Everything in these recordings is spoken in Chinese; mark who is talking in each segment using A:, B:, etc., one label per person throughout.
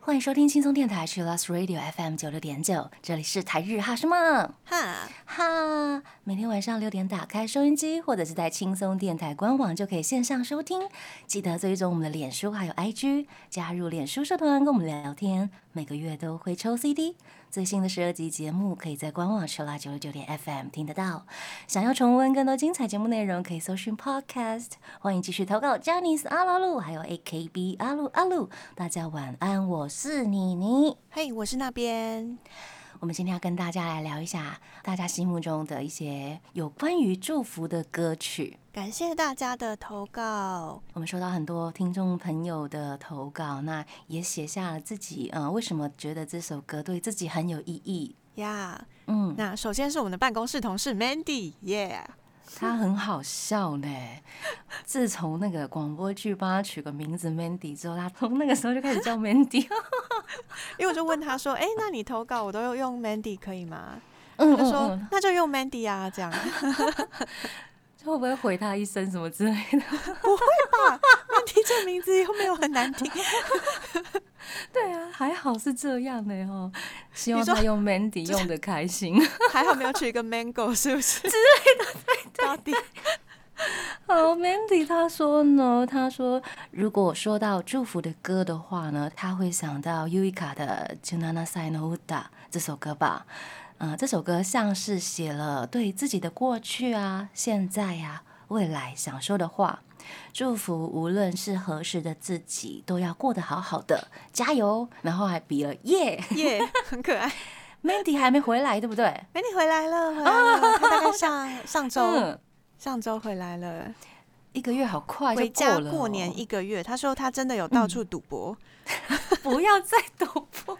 A: 欢迎收听轻松电台 c h i l l s Radio FM 九六点九，这里是台日哈什么
B: 哈，
A: 哈。每天晚上六点打开收音机，或者是在轻松电台官网就可以线上收听。记得追踪我们的脸书还有 IG，加入脸书社团跟我们聊天。每个月都会抽 CD，最新的十二集节目可以在官网 c h i l l 九六九点 FM 听得到。想要重温更多精彩节目内容，可以搜寻 Podcast。欢迎继续投稿 j a n i c e 阿拉路，还有 AKB 阿鲁阿鲁。大家晚安，我是妮妮。
B: 嘿，我是那边，
A: 我们今天要跟大家来聊一下大家心目中的一些有关于祝福的歌曲。
B: 感谢大家的投稿。
A: 我们收到很多听众朋友的投稿，那也写下了自己呃为什么觉得这首歌对自己很有意义。
B: 呀、
A: 嗯，
B: 那首先是我们的办公室同事 Mandy，耶、
A: 他很好笑呢。自从那个广播剧帮他取个名字 Mandy 之后，他从那个时候就开始叫 Mandy。
B: 因为我就问他说，哎、那你投稿我都用 Mandy 可以吗？
A: 嗯
B: 他就说、
A: 嗯嗯
B: 那就用 Mandy 啊，这样
A: 会不会回他一声什么之类的？
B: Mandy 这名字又没有很难听，
A: 对啊，还好是这样的哦。希望
B: 你说
A: 他用 Mandy 用的开心。
B: 还好没有取一个 Mango，是不是？之类的，到底
A: 好，Mandy 他说呢，他说如果说到祝福的歌的话呢，他会想到 Yuika 的《Junana Sai no Uta》这首歌吧。呃，这首歌像是写了对自己的过去啊、现在呀、未来想说的话，祝福无论是何时的自己都要过得好好的，加油！然后还比了耶、
B: 耶很可爱。
A: m a n d y 还没回来，对不对？
B: Mandy 回来了，回来了，他大概上上周、
A: 啊嗯，
B: 上周回来了。
A: 一个月好快就
B: 回家
A: 了、哦
B: 过 年一个月，他说他真的有到处赌博，
A: 不要再 赌博，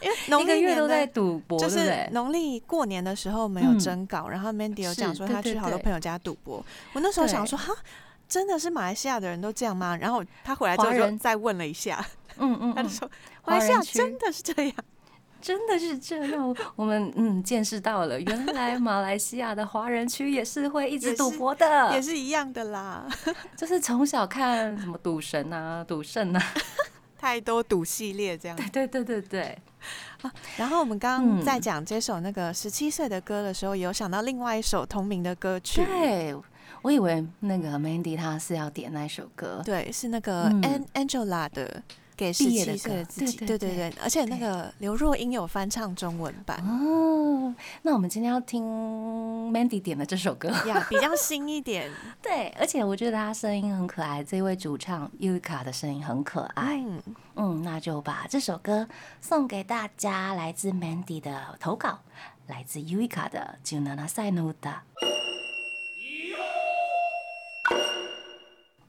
B: 因为农
A: 一
B: 历
A: 个月
B: 年
A: 都
B: 的
A: 在赌博，
B: 就
A: 对不
B: 是
A: 对？
B: 农历过年的时候没有
A: 嗯
B: 征稿，然后 Mandy 有
A: 是
B: 讲说
A: 对
B: 他
A: 对
B: 去好多
A: 对
B: 朋友家赌博。我那时候想
A: 对
B: 说哈，真的是马来西亚的人都这样吗？然后他回来之
A: 华
B: 后就
A: 人
B: 再问了一下，
A: 嗯嗯
B: 他就
A: 嗯，
B: 说
A: 华
B: 马来西
A: 人
B: 亚
A: 区
B: 真的是这样，
A: 真的是这样。我们嗯见识到了，原来马来西亚的华人区也是会一直
B: 也
A: 赌
B: 是
A: 博的，
B: 也是一样的啦，
A: 就是从小看什么赌神啊、赌圣 啊，
B: 太多赌系列这样。
A: 对对对对，
B: 然后我们刚刚
A: 嗯
B: 在讲这首那个十七岁的歌的时候，有想到另外一首同名的歌曲，
A: 对。我以为那个 Mandy 她是要点那首歌，
B: 对，是那个
A: 嗯
B: An Angela 的。给十
A: 毕业的
B: 七岁
A: 歌
B: 的自己，
A: 对
B: 对
A: 对
B: 对对，而且那
A: 对
B: 个刘若英有翻唱中文版，
A: 哦，那我们今天要听 Mandy 点的这首歌，
B: 呀，比较新一点。
A: 对，而且我觉得她声音很可爱，这位主唱 Yuka 的声音很可爱，
B: 嗯，
A: 嗯，那就把这首歌送给大家，来自 Mandy 的投稿，来自 Yuika 的《Junana Sai no Uta》。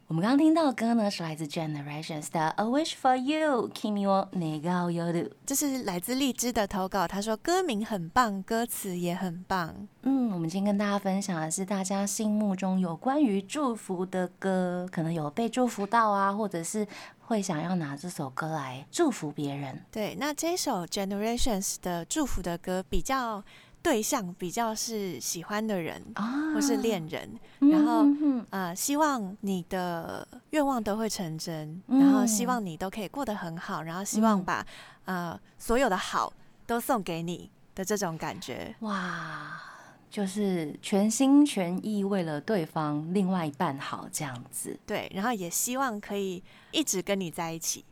A: 我们刚刚听到的歌呢，是来自 Generations 的《A Wish for You》，Kimi wo n e g a yoru。
B: 这是来自荔枝的投稿，他说歌名很棒，歌词也很棒。
A: 嗯，我们今天跟大家分享的是大家心目中有关于祝福的歌，可能有被祝福到啊，或者是会想要拿这首歌来祝福别人。
B: 对，那这首 Generations 的祝福的歌比较对象比较是喜欢的人
A: 啊
B: 或是恋人，
A: 嗯，
B: 然后
A: 嗯嗯
B: 呃，希望你的愿望都会成真，
A: 嗯
B: 然后希望你都可以过得很好，然后希望
A: 嗯
B: 把呃所有的好都送给你的这种感觉。
A: 哇，就是全心全意为了对方另外一半好这样子
B: 对，然后也希望可以一直跟你在一起。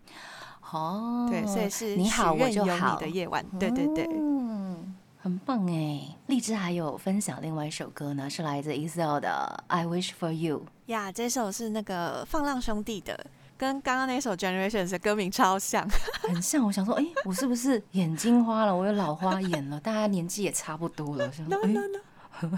A: 哦。
B: 对，所以是
A: 你
B: 许
A: 好我
B: 愿
A: 就
B: 有
A: 好
B: 你的夜晚。对对对，
A: 嗯，很棒哎。荔枝还有分享另外一首歌呢，是来自 Excel 的《I Wish for You》。
B: 呀这首是那个放浪兄弟的，跟刚刚那首 Generations 的歌名超像。
A: 很像，我想说，哎、我是不是眼睛花了？我有老花眼了，大家年纪也差不多 了。我想说，
B: no
A: 哎、
B: no no，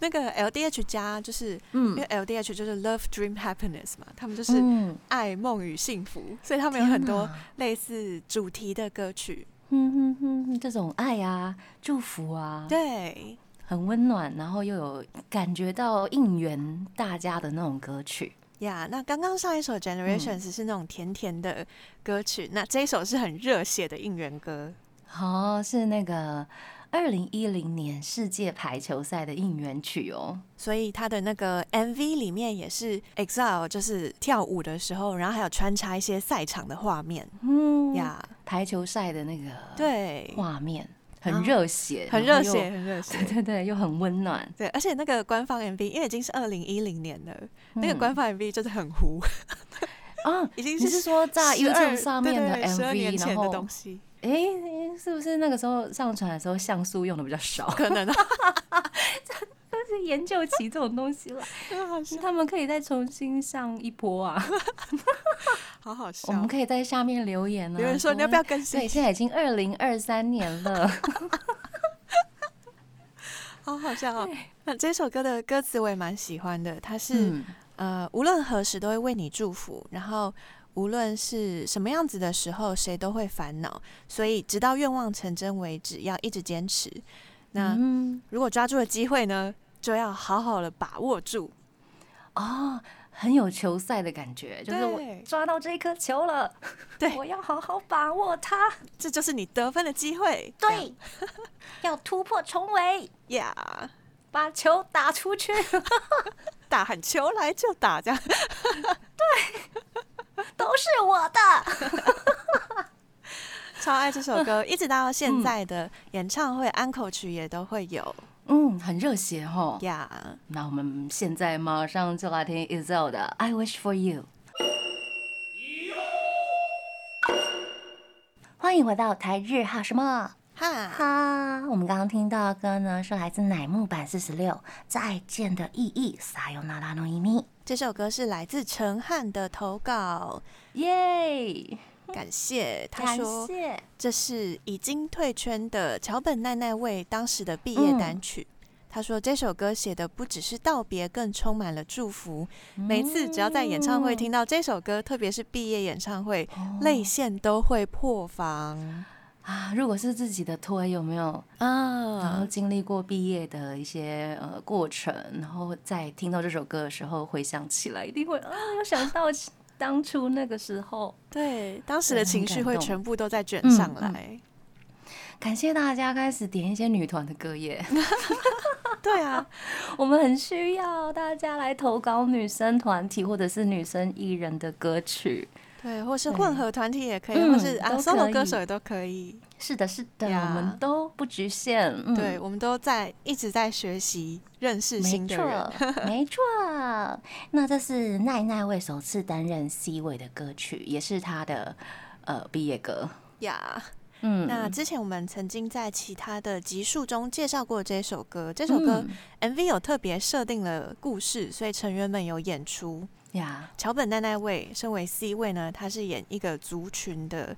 B: 那个 LDH 加就是、因为
A: 嗯
B: LDH 就是 Love Dream Happiness 嘛，他们就是
A: 嗯，
B: 爱梦与幸福，所以他们有很多
A: 天哪
B: 类似主题的歌曲。
A: 嗯哼哼哼，这种爱啊，祝福啊，
B: 对，
A: 很温暖，然后又有感觉到应援大家的那种歌曲。
B: 呀那刚刚上一
A: 嗯
B: 首 Generations 是那种甜甜的歌曲，那这一首是很热血的应援歌。
A: 哦，是那个二零一零年世界排球赛的应援曲哦。
B: 所以他的那个 MV 里面也是 EXILE，就是跳舞的时候，然后还有穿插一些赛场的画面
A: 嗯，
B: 呀。
A: 排球赛的那个
B: 对，
A: 画面
B: 然
A: 很
B: 后
A: 热血，
B: 很
A: 然
B: 热
A: 后又
B: 血，，很热
A: 对
B: 血。
A: 对对，又很温暖。
B: 对，而且那个官方 MV，因为已经是二零一零年了，那
A: 嗯
B: 个官方 MV 就是很糊，
A: 啊，
B: 已经
A: 你
B: 是
A: 是说在
B: 12
A: YouTube 上面
B: 对对
A: 的
B: 对12年
A: MV，
B: 前
A: 然
B: 的
A: 后
B: 东西，
A: 哎、诶是不是那个时候上传的时候像素用的比较少？
B: 可能啊，
A: 都是研究起这种东西 了，
B: 真的好笑，
A: 他们可以再重新上一波啊。
B: 好好
A: 我们
B: 笑。
A: 可以在下面留言啊。
B: 有人说你要不要？更
A: 对，
B: 新？
A: 现在已经二零二三年 了。
B: 好好笑哦。那这首歌的歌词我也蛮喜欢的，它是、
A: 嗯
B: 呃，无论何时都会为你祝福，然后无论是什么样子的时候，谁都会烦恼，所以直到愿望成真为止，要一直坚持。那
A: 嗯
B: 如果抓住了机会呢，就要好好的把握住。
A: 哦，很有球赛的感觉，就是我
B: 对
A: 抓到这一颗球了，
B: 对
A: 我要好好把握它。
B: 这就是你得分的机会。
A: 对， 要突破重围，
B: 这样呀
A: 把球打出去。
B: 大喊球来就打，这样
A: 都是我的。
B: 超爱这首歌，一直到现在的演唱会安口曲也都会有
A: 嗯，很热血哦。
B: 呀。
A: 那我们现在马上就来听 Izzo 的《I Wish for You》。欢迎回到台日哈什么
B: 哈，
A: 哈？我们刚刚听到的歌呢，是来自乃木坂四十六《再见的意义》撒由那拉诺伊咪，
B: 这首歌是来自陈汉的投稿，
A: 耶！
B: 感谢他
A: 感
B: 说。
A: 谢，
B: 这是已经退圈的桥本奈奈未当时的毕
A: 嗯
B: 业单曲。他说这首歌写的不只是道别，更充满了祝福。每次只要在演唱
A: 嗯
B: 会听到这首歌，特别是毕业演唱会，
A: 哦
B: 泪腺都会破防
A: 啊！如果是自己的推，有没有然后
B: 啊！
A: 经历过毕业的一些呃过程，然后在听到这首歌的时候，回想起来，一定会啊，又想到当初那个时候。
B: 对，当时的情绪
A: 很感
B: 会
A: 动
B: 全部都在卷
A: 嗯
B: 上
A: 嗯
B: 来。
A: 感谢大家开始点一些女团的歌耶，
B: 对啊，
A: 我们很需要大家来投稿女生团体或者是女生艺人的歌曲。
B: 对，或是
A: 对
B: 混合团体也可以，
A: 嗯
B: 或是啊
A: 都
B: solo
A: 可
B: 歌
A: 以
B: 手也都可以。
A: 是的，是的
B: 呀
A: 我们都不局限。嗯、
B: 对，我们都在一直在学习认识新
A: 没
B: 的
A: 错
B: 人。，
A: 没错。那这是奈奈未首次担任 C 位的歌曲，也是她的呃毕业歌。
B: 呀。
A: 嗯，
B: 那之前我们曾经在其他的集数中介绍过这首歌，这首
A: 嗯
B: 歌 MV 有特别设定了故事，所以成员们有演出。
A: 呀，
B: 桥本奈奈未身为 C 位呢，她是演一个族群的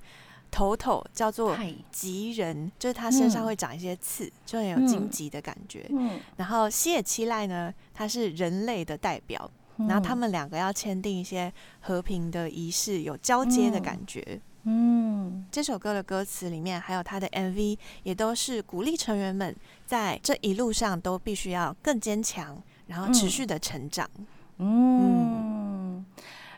B: 头头，叫做
A: 太
B: 吉人，就是她身上
A: 嗯
B: 会长一些刺，就很有荆棘的感觉。
A: 嗯，
B: 然后西野七濑呢，她是人类的代表，
A: 嗯
B: 然后他们两个要签订一些和平的仪式，有交接的
A: 嗯
B: 感觉。
A: 嗯
B: 这首歌的歌词里面，还有他的 MV，也都是鼓励成员们在这一路上都必须要更坚强，然后持续的成长。
A: 嗯，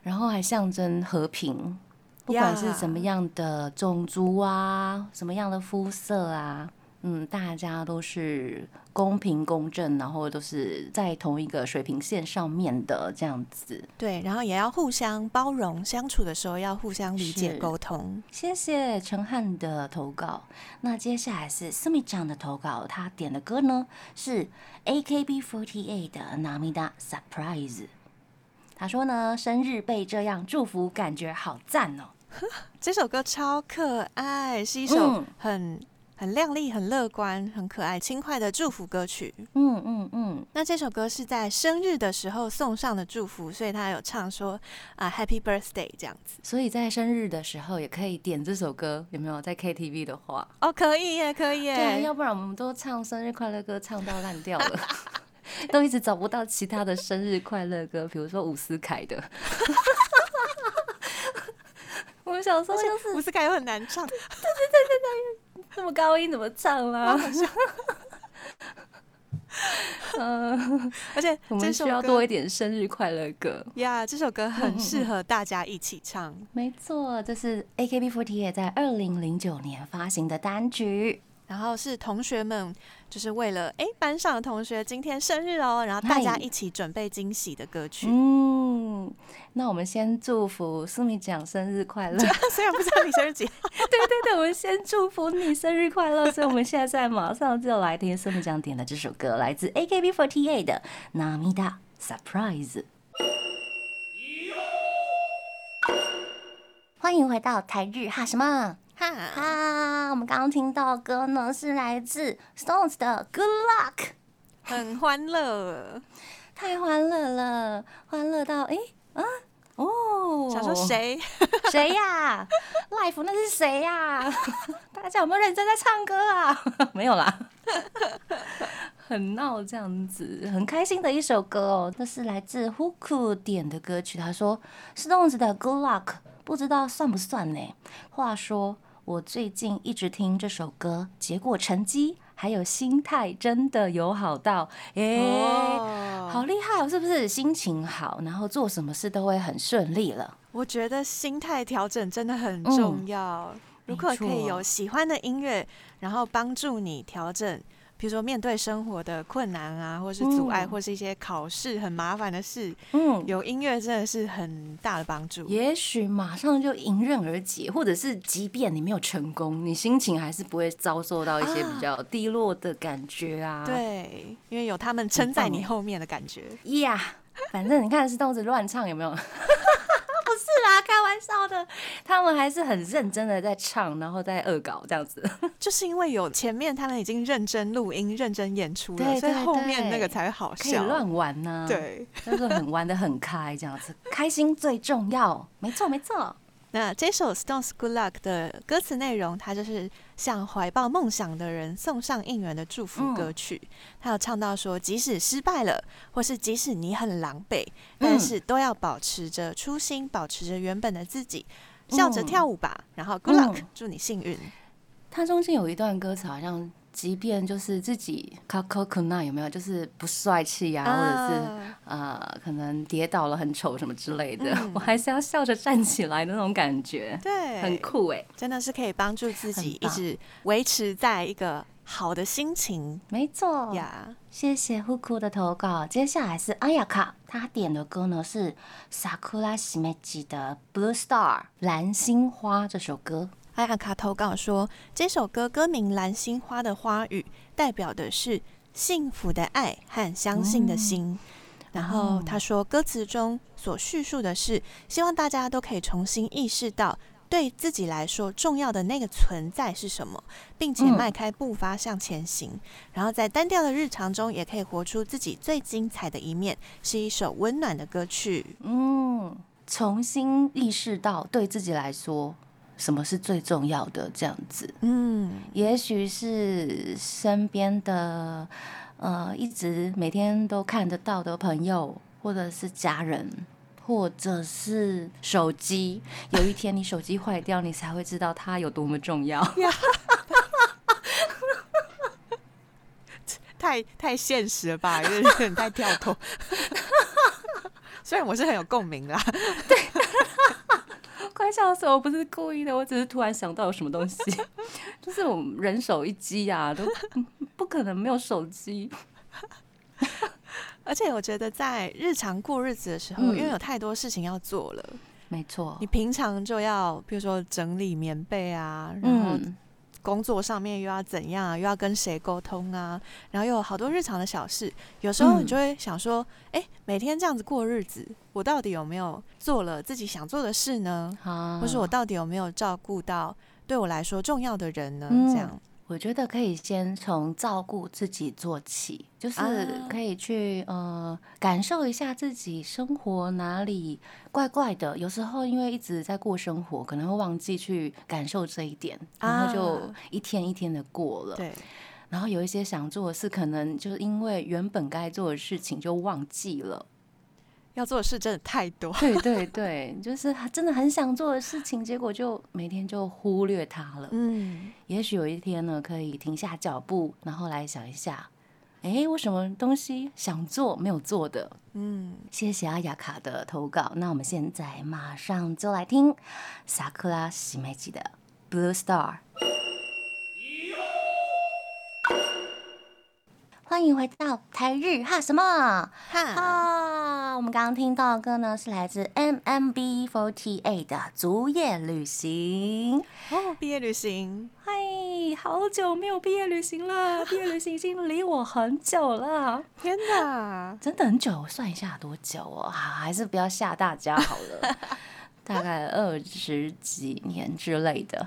A: 然后还象征和平，不管是什么样的种族啊，什么样的肤色啊，嗯，大家都是公平公正，然后都是在同一个水平线上面的这样子。
B: 对，然后也要互相包容，相处的时候要互相理解
A: 是
B: 沟通。
A: 谢谢陈汉的投稿。那接下来是思密酱的投稿，他点的歌呢是 AKB48 的《Namida Surprise》。他说呢，生日被这样祝福，感觉好赞哦。
B: 这首歌超可爱，是一首
A: 嗯
B: 很、很亮丽、很乐观、很可爱、轻快的祝福歌曲。
A: 嗯嗯嗯，
B: 那这首歌是在生日的时候送上的祝福，所以他有唱说啊、h a p p y Birthday” 这样子。
A: 所以在生日的时候也可以点这首歌，有没有？在 KTV 的话，
B: 哦，可以耶，可以耶。
A: 对啊，要不然我们都唱生日快乐歌唱到烂掉了。 都一直找不到其他的生日快乐歌，比如说伍思凯的。 我想说，就是
B: 伍思凯又很难 唱，
A: 这么高音怎么唱啊啦、
B: 而且
A: 嗯我们
B: 这首
A: 需要
B: 歌
A: 多一点生日快乐歌。
B: 呀这首歌很适合大家一起唱。
A: 没错，这是 AKB48 在二零零九年发行的单曲。
B: 然后是同学们就是为了哎、班上的同学今天生日哦，然后大家
A: 嗨
B: 一起准备惊喜的歌曲。
A: 嗯，那我们先祝福思米讲生日快乐。 对
B: 虽然不知道你生 日几号，
A: 对对，我们先祝福你生日快乐。所以我们现在马上就来听思米讲点的这首歌，来自 AKB48 的《Namida Surprise》。欢迎回到台日哈什么
B: 哈，
A: 哈？我们刚刚听到的歌呢，是来自 Stones 的《Good Luck》。
B: 很欢乐。
A: 太欢乐了，欢乐到哎、啊哦，
B: 想说谁？
A: 谁呀？Life 那是谁呀？ 大家有没有认真在唱歌啊？ 没有啦，很闹这样子，很开心的一首歌哦。这是来自 Hook 点的歌曲，他说 Stones 的 Good Luck，不知道算不算呢？话说我最近一直听这首歌，结果成绩还有心态真的有好到诶。好
B: 哦，
A: 厉害哦，是不是？心情好，然后做什么事都会很顺利了。
B: 我觉得心态调整真的很重要。如果可以
A: 嗯没错
B: 有喜欢的音乐，然后帮助你调整，比如说面对生活的困难啊，或是阻碍，
A: 嗯
B: 或是一些考试很麻烦的事，
A: 嗯，
B: 有音乐真的是很大的帮助。
A: 也许马上就迎刃而解，或者是即便你没有成功，你心情还是不会遭受到一些比较低落的感觉啊。
B: 对，因为有他们撑在
A: 很棒
B: 你
A: 哦
B: 后面的感觉。
A: 呀反正你看是动子乱唱有没有？ 不是啦，开玩笑的，他们还是很认真的在唱，然后在恶搞这样子。
B: 就是因为有前面他们已经认真录音、认真演出了，
A: 对
B: 所以
A: 对
B: 后面那
A: 对
B: 个才会好
A: 可以
B: 笑。
A: 乱啊玩呐、，
B: 对，
A: 就是很玩的很开，这样子，开心最重要，没错没错。
B: 那这首《Stones Good Luck》的歌词内容，它就是向怀抱梦想的人送上应援的祝福
A: 嗯
B: 歌曲。它有唱到说，即使失败了，或是即使你很狼狈，
A: 嗯
B: 但是都要保持着初心，保持着原本的自己，笑着
A: 嗯
B: 跳舞吧。然后 Good luck，、
A: 嗯
B: 祝你幸运。
A: 它中间有一段歌词，好像即便就是自己 c o c o k u n 有没有，就是不帅气呀、啊，或者是呃，可能跌倒了很丑什么之类的，
B: 嗯
A: 我还是要笑着站起来的那种感觉，
B: 对，
A: 很酷哎、
B: 真的是可以帮助自己
A: 很
B: 一
A: 棒
B: 直维持在一个好的心情
A: 没错
B: 呀。
A: 谢谢呼哭的投稿。接下来是阿雅卡，她点的歌呢是 Sakura s h i m e j i 的《Blue Star》蓝星花这首歌。
B: 艾亚卡投稿说，这首歌歌名《蓝心花》的花语代表的是幸福的爱和相信的心。然后他说，歌词中所叙述的是希望大家都可以重新意识到对自己来说重要的那个存在是什么，并且
A: 嗯
B: 迈开步伐向前行。然后在单调的日常中，也可以活出自己最精彩的一面，是一首温暖的歌曲。
A: 嗯，重新意识到对自己来说什么是最重要的，这样子。
B: 嗯，
A: 也许是身边的，呃，一直每天都看得到的朋友，或者是家人，或者是手机。有一天你手机坏掉，你才会知道它有多么重 要。
B: 太太现实了 吧，有点有点太跳脱。虽然我是很有共鸣啦，
A: 快笑死我！我不是故意的，我只是突然想到有什么东西， 就是我们人手一机啊，都不可能没有手机。
B: 而且我觉得在日常过日子的时候，
A: 嗯
B: 因为有太多事情要做了，
A: 没错
B: 你，平常就要比如说整理棉被啊，然后
A: 嗯，
B: 工作上面又要怎样啊，又要跟谁沟通啊，然后又有好多日常的小事，有时候
A: 嗯
B: 你就会想说，哎、每天这样子过日子，我到底有没有做了自己想做的事呢？
A: 啊
B: 或是我到底有没有照顾到对我来说重要的人呢？
A: 嗯
B: 这样。
A: 我觉得可以先从照顾自己做起，就是
B: 啊
A: 可以去、呃感受一下自己生活哪里怪怪的。有时候因为一直在过生活，可能会忘记去感受这一点，然后就
B: 啊
A: 一天一天的过了。
B: 对，
A: 然后有一些想做的事，可能就是因为原本该做的事情就忘记了。
B: 要做的事真的太多。
A: 对对对，就是真的很想做的事情，结果就每天就忽略它了。
B: 嗯，
A: 也许有一天呢，可以停下脚步，然后来想一下，诶，我什么东西想做没有做的？
B: 嗯，
A: 谢谢阿雅卡的投稿。那我们现在马上就来听萨克拉喜美吉的《Blue Star》。欢迎回到台日哈什么
B: 哈，
A: 啊！我们刚刚听到的歌呢，是来自 MMB48 的《竹叶旅行》。
B: 哦，毕业旅行，
A: 嗨，好久没有毕业旅行了，毕业旅行已经离我很久了，！
B: 天哪
A: 真的很久。我算一下多久哦，啊还是不要吓大家好了，大概二十几年之类的。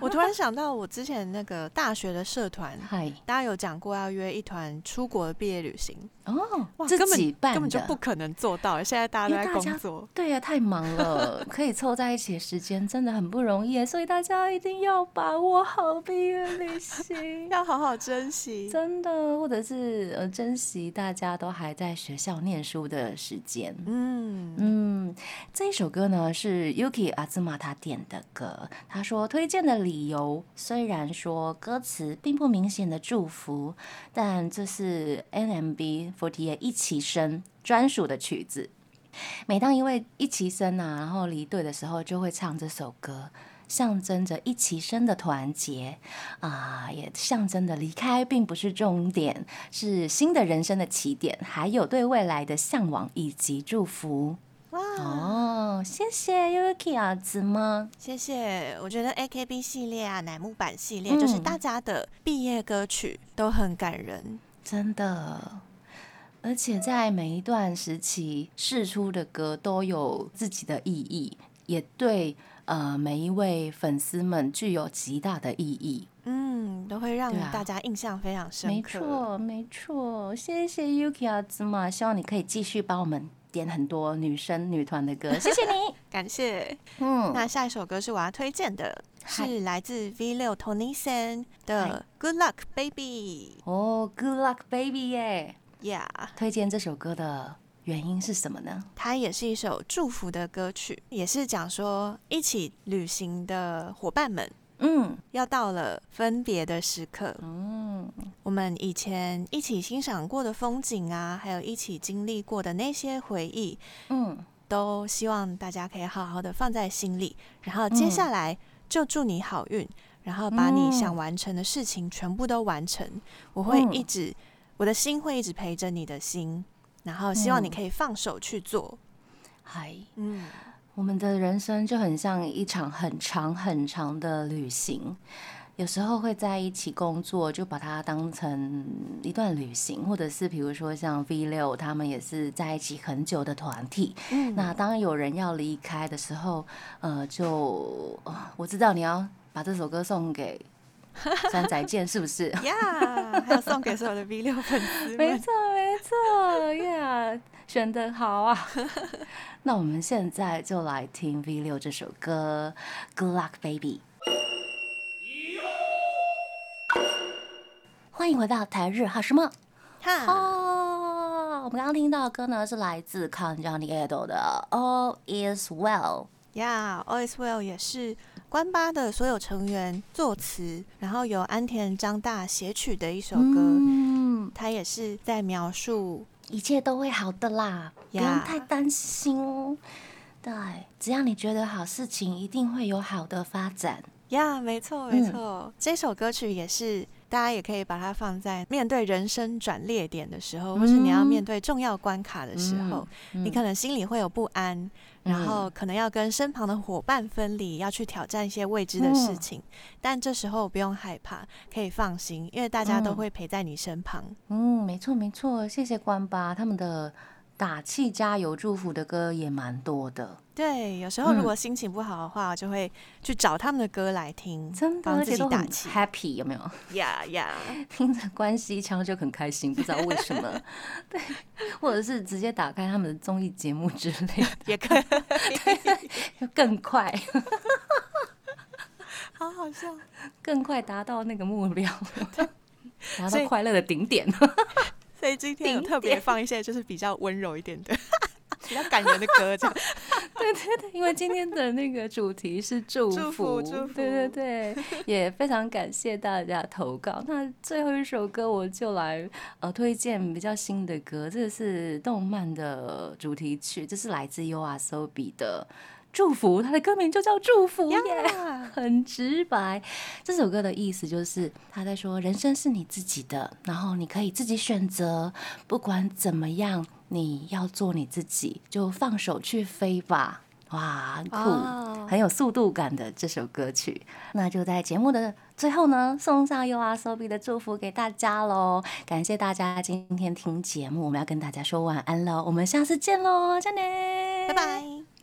B: 我突然想到，我之前那个大学的社团，
A: 嗨，
B: 大家有讲过要约一团出国的毕业旅行，
A: 哦，
B: 哇，
A: 自
B: 根本
A: 己办的，
B: 根本就不可能做到，现在大
A: 因
B: 家
A: 为
B: 都在
A: 大家
B: 工作。
A: 对呀、太忙了，可以凑在一起的时间真的很不容易耶，所以大家一定要把握好毕业旅行。
B: 要好好珍惜，
A: 真的，或者是呃，珍惜大家都还在学校念书的时间。
B: 嗯，
A: 嗯，这一首歌呢是 Yuki 阿兹玛他点的歌。他说推荐的理由虽然说歌词并不明显的祝福，但这是 NMB48 一起生专属的曲子。每当一位一起生啊，然后离队的时候，就会唱这首歌，象征着一起生的团结啊，也象征着离开并不是终点，是新的人生的起点，还有对未来的向往以及祝福。
B: 哇，
A: 哦，谢谢 Yuki 啊，子吗？
B: 谢谢。我觉得 A K B 系列啊，乃木坂系列，就是
A: 嗯
B: 大家的毕业歌曲都很感人。
A: 真的。而且在每一段时期试出的歌都有自己的意义，也对呃每一位粉丝们具有极大的意义。
B: 嗯，都会让
A: 对啊
B: 大家印象非常深
A: 没
B: 刻。，
A: 错，没错，谢谢 Yuki 阿兹玛，希望你可以继续帮我们点很多女生女团的歌，谢谢你。
B: 感谢。
A: 嗯，
B: 那下一首歌是我要推荐的，
A: 嗨
B: 是来自 V 六 Tony Sen 的《Good Luck Baby
A: 哦、g o o d Luck Baby 耶！》
B: ，Yeah，
A: 推荐这首歌的原因是什么呢？
B: 它也是一首祝福的歌曲，也是讲说一起旅行的伙伴们。
A: 嗯
B: 要到了分别的时刻，
A: 嗯，
B: 我们以前一起欣赏过的风景啊，还有一起经历过的那些回忆，
A: 嗯，
B: 都希望大家可以好好的放在心里。
A: 嗯
B: 然后接下来就祝你好运，然后把你想完成的事情全部都完成。我会
A: 嗯
B: 一直，我的心会一直陪着你的心，然后希望你
A: 嗯
B: 可以放手去做。
A: 嗨，
B: 嗯，
A: 我们的人生就很像一场很长很长的旅行。有时候会在一起工作，就把它当成一段旅行，或者是比如说像 V 六，他们也是在一起很久的团体，
B: 嗯
A: 那当有人要离开的时候，呃，就呃我知道你要把这首歌送给 山仔健，是不是？
B: 呀还有送给所有的 V 六粉丝
A: 没
B: 们。
A: 错，没错，呀、选的好啊！ 那我们现在就来听 V 六这首歌《Good Luck Baby》。欢迎回到台日哈什么？
B: 哈，
A: 哦，我们刚刚听到的歌呢是来自 c o n j o n y a d o 的《All Is Well》。
B: 呀、a l l is well 也是关八的所有成员作词，然后由安田张大写曲的一首歌。
A: 嗯，
B: 他也是在描述
A: 一切都会好的啦，不用
B: 呀
A: 太担心哦。对，只要你觉得好，事情一定会有好的发展。
B: 呀没错
A: 嗯
B: 没错、这首歌曲也是大家也可以把它放在面对人生转捩点的时候，或是你要
A: 嗯
B: 面对重要关卡的时候，你可能心里会有不安，
A: 嗯
B: 然后可能要跟身旁的伙伴分离，要去挑战一些未知的事情，
A: 嗯
B: 但这时候不用害怕，可以放心，因为大家都
A: 嗯
B: 会陪在你身旁。
A: 嗯，没错没错，谢谢关吧，他们的打气加油祝福的歌也蛮多的，
B: 对，有时候
A: 嗯
B: 如果心情不好的话，我就会去找他们的歌来听，
A: 真的，
B: 帮
A: 而
B: 自
A: 且
B: 己
A: 都
B: 打
A: 很
B: 气。
A: happy，有没 有？
B: 呀呀，
A: 听着关系腔就很开心，不知道为什么。对，或者是直接打开他们的综艺节目之类的，
B: 也可以，
A: 就更快
B: 好好笑。
A: 更快达到那个目标， 达
B: 所
A: 到
B: 以
A: 快乐的顶点。
B: 所以今天有
A: 顶
B: 特别
A: 点
B: 放一些就是比较温柔一点的、比较感人的歌， 这样。
A: 对对对，因为今天的那个主题是祝福，
B: 祝福祝福
A: 对对对，也非常感谢大家投稿。那最后一首歌我就来呃推荐比较新的歌，这是动漫的主题曲，这是来自 U R S O B 的祝福，他的歌名就叫祝福耶。
B: 呀
A: 很直白。这首歌的意思就是他在说，人生是你自己的，然后你可以自己选择，不管怎么样，你要做你自己，就放手去飞吧。哇，很酷
B: 哦
A: 很有速度感的这首歌曲。那就在节目的最后呢，送上 U R SOBI 的祝福给大家喽！感谢大家今天听节目，我们要跟大家说晚安了，我们下次见喽，再见，
B: 拜拜。